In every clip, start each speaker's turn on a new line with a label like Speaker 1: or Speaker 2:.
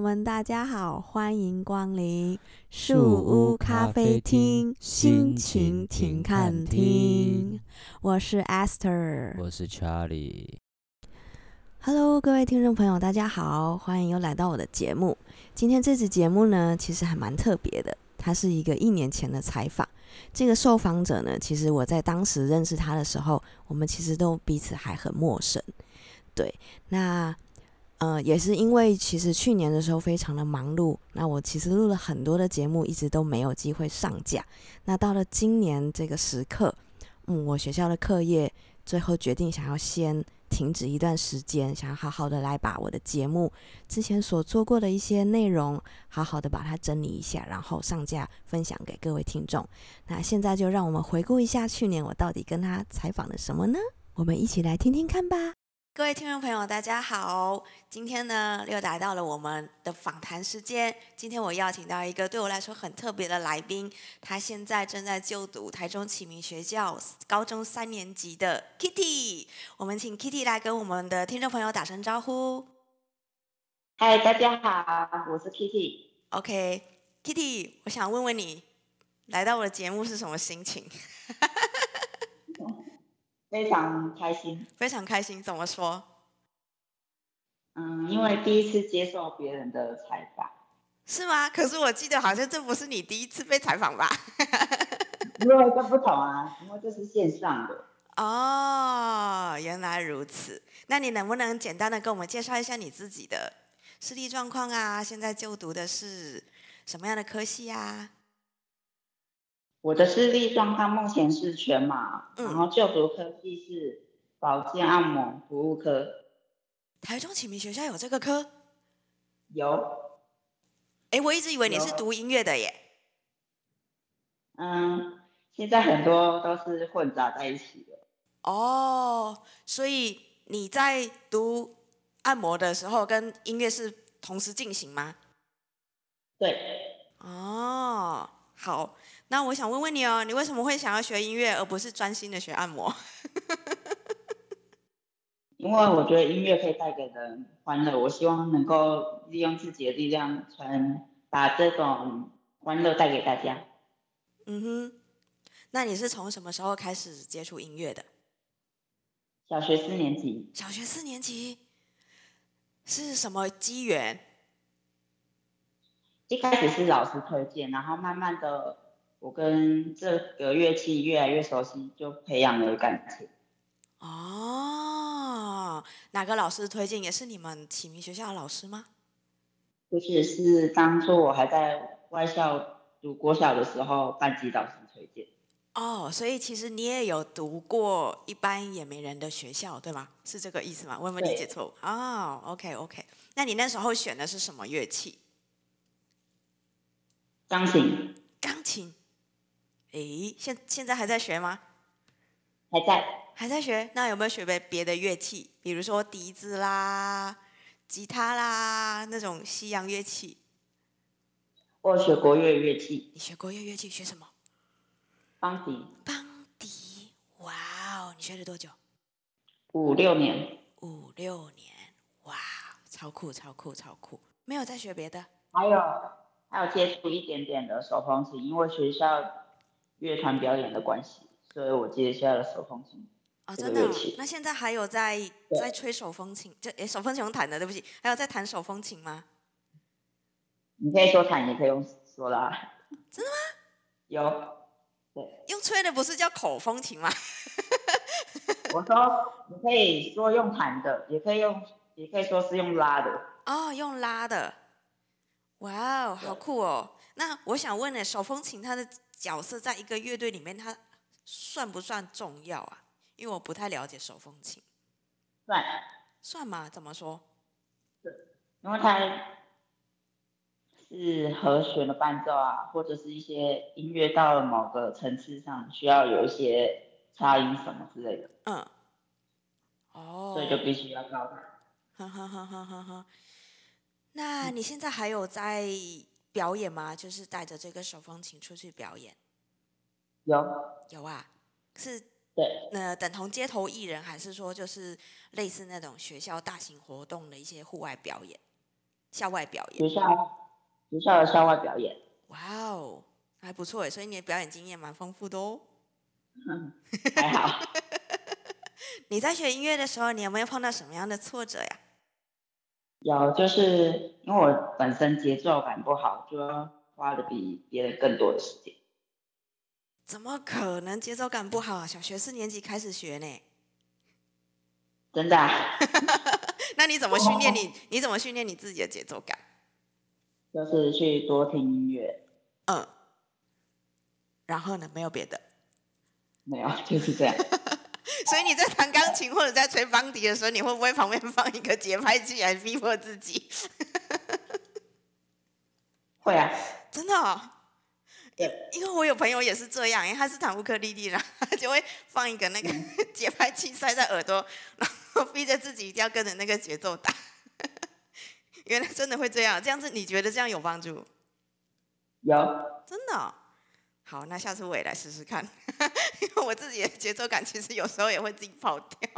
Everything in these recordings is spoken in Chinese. Speaker 1: 们大家好，欢迎光临
Speaker 2: 树屋咖啡厅心情停看厅。
Speaker 1: 我是 Esther。
Speaker 2: 我是 Charlie，
Speaker 1: Hello，各位听众朋友，大家好，欢迎又来到我的节目。今天这期节目呢，其实还蛮特别的，它是一个一年前的采访。这个受访者呢，其实我在当时认识他的时候，我们其实都彼此还很陌生。对，那呃，也是因为其实去年的时候非常的忙碌，那我其实录了很多的节目，一直都没有机会上架。那到了今年这个时刻，嗯，我学校的课业最后决定想要先停止一段时间，想要好好的来把我的节目之前所做过的一些内容，好好的把它整理一下，然后上架分享给各位听众。那现在就让我们回顾一下去年我到底跟他采访了什么呢？我们一起来听听看吧。各位听众朋友，大家好！今天呢，又来到了我们的访谈时间。今天我邀请到一个对我来说很特别的来宾，他现在正在就读台中启明学校高中三年级的 Kitty。我们请 Kitty 来跟我们的听众朋友打声招呼。
Speaker 3: 嗨，大家好，我是 Kitty。
Speaker 1: OK，Kitty，、我想问问你，来到我的节目是什么心情？
Speaker 3: 非常开心，
Speaker 1: 非常开心，怎么说？
Speaker 3: 嗯，因为第一次接受别人的采访，
Speaker 1: 是吗？可是我记得好像这不是你第一次被采访吧？
Speaker 3: 因为这不同啊，因为这是线上的。
Speaker 1: 哦，原来如此。那你能不能简单的跟我们介绍一下你自己的视力状况啊？现在就读的是什么样的科系啊？
Speaker 3: 我的视力状况目前是全麻，
Speaker 1: 嗯
Speaker 3: 然后就读科技是保健按摩服务科，
Speaker 1: 台中启明学校有这个科？
Speaker 3: 有，
Speaker 1: 诶，我一直以为你是
Speaker 3: 有
Speaker 1: 读音乐的耶。
Speaker 3: 嗯，现在很多都是混杂在一起的。
Speaker 1: 哦，所以你在读按摩的时候跟音乐是同时进行吗？
Speaker 3: 对，
Speaker 1: 哦，好，那我想问问你哦，你为什么会想要学音乐，而不是专心的学按摩？
Speaker 3: 因为我觉得音乐可以带给人欢乐，我希望能够利用自己的力量，传把这种欢乐带给大家。
Speaker 1: 嗯哼，那你是从什么时候开始接触音乐的？
Speaker 3: 小学四年级，
Speaker 1: 小学四年级是什么机缘？
Speaker 3: 一开始是老师推荐，然后慢慢的，我跟这个乐器越来越熟悉，就培养了感情。
Speaker 1: 哦，哪个老师推荐？也是你们启明学校的老师吗？
Speaker 3: 就是是当初我还在外校读国小的时候，班级老师推荐。
Speaker 1: 哦，所以其实你也有读过一般也没人的学校，对吗？是这个意思吗？我有没有理
Speaker 3: 对
Speaker 1: 解错误？哦，OK OK，那你那时候选的是什么乐器？
Speaker 3: 钢琴
Speaker 1: 钢琴。诶，现现在还在学吗？
Speaker 3: 还在，
Speaker 1: 还在学？那有没有学别别的乐器？比如说笛子啦、吉他啦那种西洋乐器？
Speaker 3: 我有学国乐乐器，
Speaker 1: 你学国乐乐器学什么？
Speaker 3: 钢琴
Speaker 1: 邦迪。哇哦，你学了多久？
Speaker 3: 五六年，
Speaker 1: 五六年。哇，哦超酷超酷超酷！没有再学别的。
Speaker 3: 还有还有接触一点点的手风琴，因为学校乐团表演的关系，所以我接下了手风琴。
Speaker 1: 哦，
Speaker 3: 这
Speaker 1: 真
Speaker 3: 个
Speaker 1: 的哦、
Speaker 3: 乐器
Speaker 1: 那现在还有在在吹手风琴，这诶手风琴用弹的，对不起，还有在弹手风琴吗？
Speaker 3: 你可以说弹，也可以用说啦。真的吗？有，对，
Speaker 1: 用吹的不是叫口风琴吗？
Speaker 3: 我说你可以说用弹的，也可以用，也可以说是用拉的。
Speaker 1: 哦，用拉的，哇哦，好
Speaker 3: 对
Speaker 1: 酷哦！那我想问呢，手风琴它的角色在一个乐队里面，它算不算重要啊？因为我不太了解手风琴，
Speaker 3: 算，
Speaker 1: 算吗？怎么说？
Speaker 3: 因为它是和弦的伴奏啊，或者是一些音乐到了某个层次上，需要有一些擦音什么之类的，
Speaker 1: 嗯，哦，
Speaker 3: 所以就必须要高弹。
Speaker 1: 哈哈哈哈哈哈。那你现在还有在表演吗？就是带着这个手风琴出去表演？
Speaker 3: 有，
Speaker 1: 有啊，是
Speaker 3: 对，
Speaker 1: 呃等同街头艺人，还是说就是类似那种学校大型活动的一些户外表演？校外表演。
Speaker 3: 学校学校的校外表演，
Speaker 1: 哇哦，还不错哎，所以你的表演经验蛮丰富的哦。
Speaker 3: 还好。
Speaker 1: 你在学音乐的时候，你有没有碰到什么样的挫折呀？
Speaker 3: 有，就是因为我本身节奏感不好，就要花的比别人更多的时间。
Speaker 1: 怎么可能节奏感不好啊？小学四年级开始学呢，
Speaker 3: 真的啊、
Speaker 1: 那你怎么训练你？你怎么训练你自己的节奏感？
Speaker 3: 就是去多听音乐，
Speaker 1: 嗯，然后呢，没有别的。
Speaker 3: 没有，就是这样。
Speaker 1: 所以你在弹钢琴或者在吹邦迪的时候，你会不会旁边放一个节拍器来逼迫自己？
Speaker 3: 会啊，
Speaker 1: 真的、哦，因因为我有朋友也是这样，因为他是弹乌克丽丽，然后他就会放一个那个 节拍器塞在耳朵，然后 逼着自己一定要跟着那个节奏打。 原来真的会这样，这样子你觉得这样有帮助？
Speaker 3: 有。
Speaker 1: 真的哦、好，那下次我也来试试看， 因为我自己的节奏感其实有时候也会自己跑掉。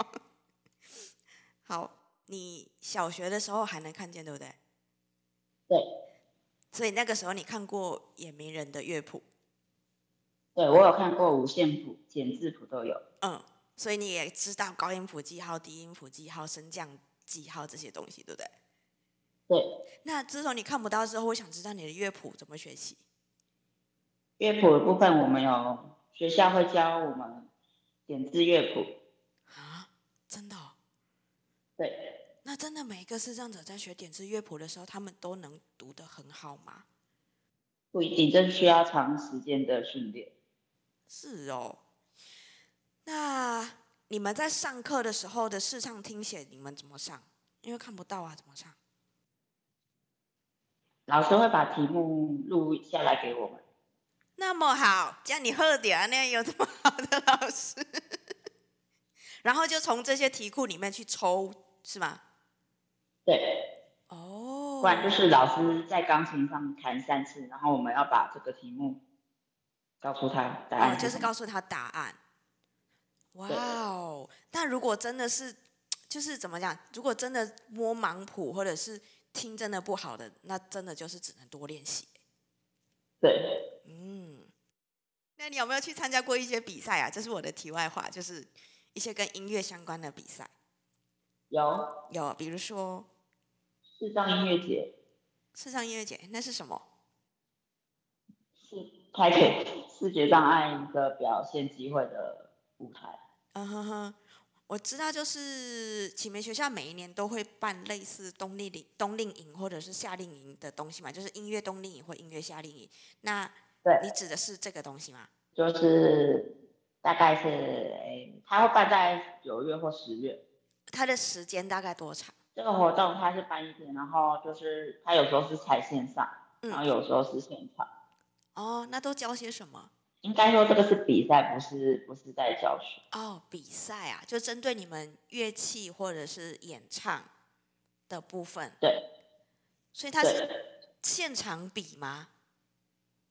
Speaker 1: 好，你小学的时候还能看见，对不对？
Speaker 3: 对，
Speaker 1: 所以那个时候你看过野鸣人的乐谱，
Speaker 3: 对我有看过五线谱、简字谱都有。
Speaker 1: 嗯，所以你也知道高音谱记号、低音谱记号、升降记号这些东西，对不对？
Speaker 3: 对，
Speaker 1: 那自从你看不到之后，我想知道你的乐谱怎么学习。
Speaker 3: 乐谱的部分我们有学校会教我们点字乐谱，
Speaker 1: 啊，真的、哦？
Speaker 3: 对，
Speaker 1: 那真的每一个视障者在学点字乐谱的时候，他们都能读得很好吗？
Speaker 3: 不一定，这需要长时间的训练。
Speaker 1: 是哦。那你们在上课的时候的视唱听写，你们怎么上？因为看不到啊，怎么上？
Speaker 3: 老师会把题目录下来给我们。
Speaker 1: 那么好，叫你喝点，啊那有这么好的老 师，然后就从这些题库里面去抽，是吗？
Speaker 3: 对，
Speaker 1: 哦，
Speaker 3: 不然就是老师在钢琴上弹三次，然后我们要把这个题目告诉他答
Speaker 1: 哦，
Speaker 3: 案。
Speaker 1: 就是告
Speaker 3: 诉。
Speaker 1: 诉他答案。哇哦！但如果真的是，就是怎么讲？如果真的摸盲谱或者是听真的不好的，那真的就是只能多练习。
Speaker 3: 对，
Speaker 1: 嗯，那你有没有去参加过一些比赛啊？这是我的题外话，就是一些跟音乐相关的比赛，
Speaker 3: 有
Speaker 1: 有比如说
Speaker 3: 视障音乐节
Speaker 1: 视障音乐节，那是什么？
Speaker 3: 是开给视觉障碍的表现机会的舞台。
Speaker 1: 嗯哼哼，我知道，就是启明学校每一年都会办类似冬令营、冬令营或者是夏令营的东西嘛，就是音乐冬令营或音乐夏令营。那
Speaker 3: 对
Speaker 1: 你指的是这个东西吗？
Speaker 3: 就是大概是诶，他会办在九月或十月。
Speaker 1: 它的时间大概多长？
Speaker 3: 这个活动它是办一天，然后就是它有时候是采线上，
Speaker 1: 嗯
Speaker 3: 然后有时候是现场。
Speaker 1: 哦，那都教些什么？
Speaker 3: 应该说这个是比赛，不是不是在教学。
Speaker 1: 哦，比赛啊，就针对你们乐器或者是演唱的部分，
Speaker 3: 对
Speaker 1: 所以它
Speaker 3: 对
Speaker 1: 是现场比吗？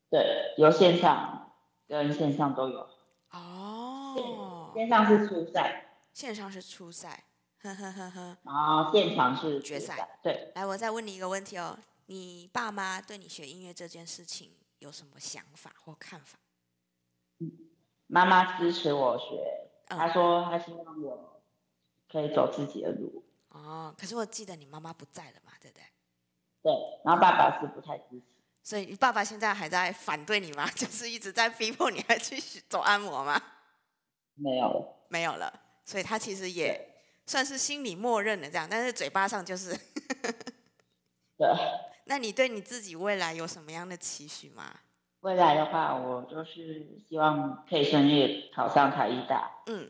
Speaker 3: 对，有线上跟线上都有，
Speaker 1: 哦，
Speaker 3: 线上是初赛，
Speaker 1: 线上是初赛，呵呵呵呵。
Speaker 3: 然后现场是
Speaker 1: 决赛
Speaker 3: 赛。对，
Speaker 1: 来，我再问你一个问题哦，你爸妈对你学音乐这件事情有什么想法或看法？
Speaker 3: 妈妈支持我学，她
Speaker 1: 嗯，
Speaker 3: 说她希望我可以走自己的路。
Speaker 1: 哦，可是我记得你妈妈不在了嘛，对不对？
Speaker 3: 对，然后爸爸是不太支持。
Speaker 1: 所以你爸爸现在还在反对你吗？ 就是一直在逼迫你还去学走按摩吗？
Speaker 3: 没有了，
Speaker 1: 没有了，所以他其实也算是心里默认了这样，但是嘴巴上就是。
Speaker 3: 对，
Speaker 1: 那你对你自己未来有什么样的期许吗？
Speaker 3: 未来的话，我就是希望可以顺利考上台艺大
Speaker 1: 嗯，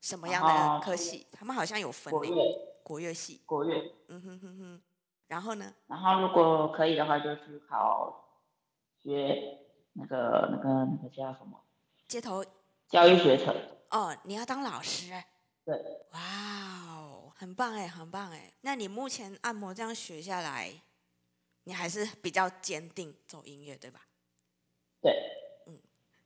Speaker 1: 什么样的
Speaker 3: 哦
Speaker 1: 科系？他们好像有分
Speaker 3: 国
Speaker 1: 类，
Speaker 3: 乐，
Speaker 1: 国乐系。
Speaker 3: 国乐。
Speaker 1: 嗯哼哼哼。然后呢？
Speaker 3: 然后如果可以的话，就去考学那个那个那个叫什么
Speaker 1: 街头
Speaker 3: 教育学程。
Speaker 1: 哦，你要当老师哎，
Speaker 3: 对，
Speaker 1: 哇哦，很棒哎，很棒哎。那你目前按摩这样学下来，你还是比较坚定走音乐对吧？
Speaker 3: 对，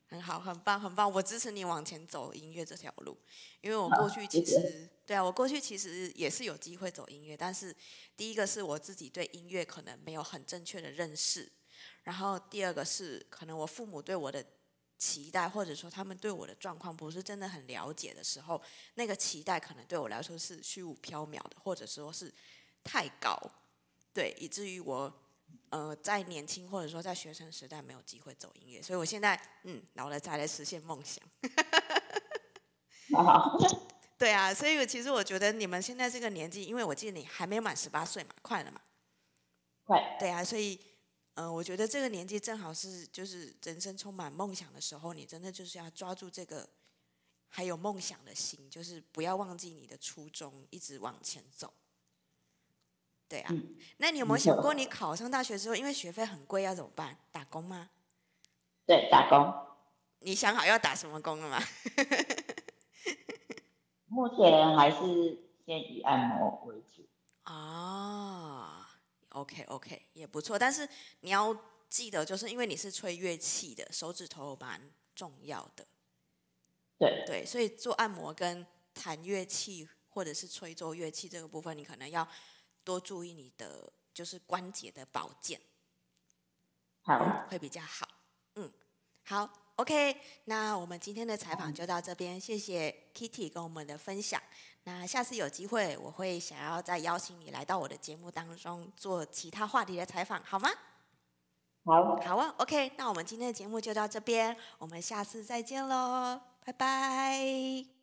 Speaker 1: 很好，很棒，很棒，我支持你往前走音乐这条路，因为我过去其
Speaker 3: 谢谢
Speaker 1: 实对啊，我过去其实也是有机会走音乐，但是第一个是我自己对音乐可能没有很正确的认识，然后第二个是可能我父母对我的期待，或者说他们对我的状况不是真的很了解的时候，那个期待可能对我来说是虚无缥缈的，或者说是太高，对，以至于我呃在年轻或者说在学生时代没有机会走音乐，所以我现在嗯老了才来实现梦想。
Speaker 3: 好，
Speaker 1: 对啊，所以我其实我觉得你们现在这个年纪，因为我记得你还没满十八岁嘛，快了嘛。
Speaker 3: 快，
Speaker 1: 对啊，所以，嗯、我觉得这个年纪正好是就是人生充满梦想的时候，你真的就是要抓住这个还有梦想的心，就是不要忘记你的初衷，一直往前走。对啊，
Speaker 3: 嗯
Speaker 1: 那你有没有
Speaker 3: 没
Speaker 1: 想
Speaker 3: 错
Speaker 1: 过，你考上大学之后，因为学费很贵，要怎么办？打工吗？
Speaker 3: 对，打工。
Speaker 1: 你想好要打什么工了吗？
Speaker 3: 目前还是先以按摩为主。
Speaker 1: 啊，OK OK，也不错。但是你要记得，就是因为你是吹乐器的，手指头蛮重要的。
Speaker 3: 对，
Speaker 1: 对，所以做按摩跟弹乐器或者是吹奏乐器这个部分，你可能要多注意你的就是关节的保健，
Speaker 3: 好，
Speaker 1: 会比较好。嗯，好，OK，那我们今天的采访就到这边，谢谢 Kitty 跟我们的分享。那下次有机会，我会想要再邀请你来到我的节目当中做其他话题的采访，好吗？
Speaker 3: 好，
Speaker 1: 好啊，OK，那我们今天的节目就到这边，我们下次再见喽，拜拜。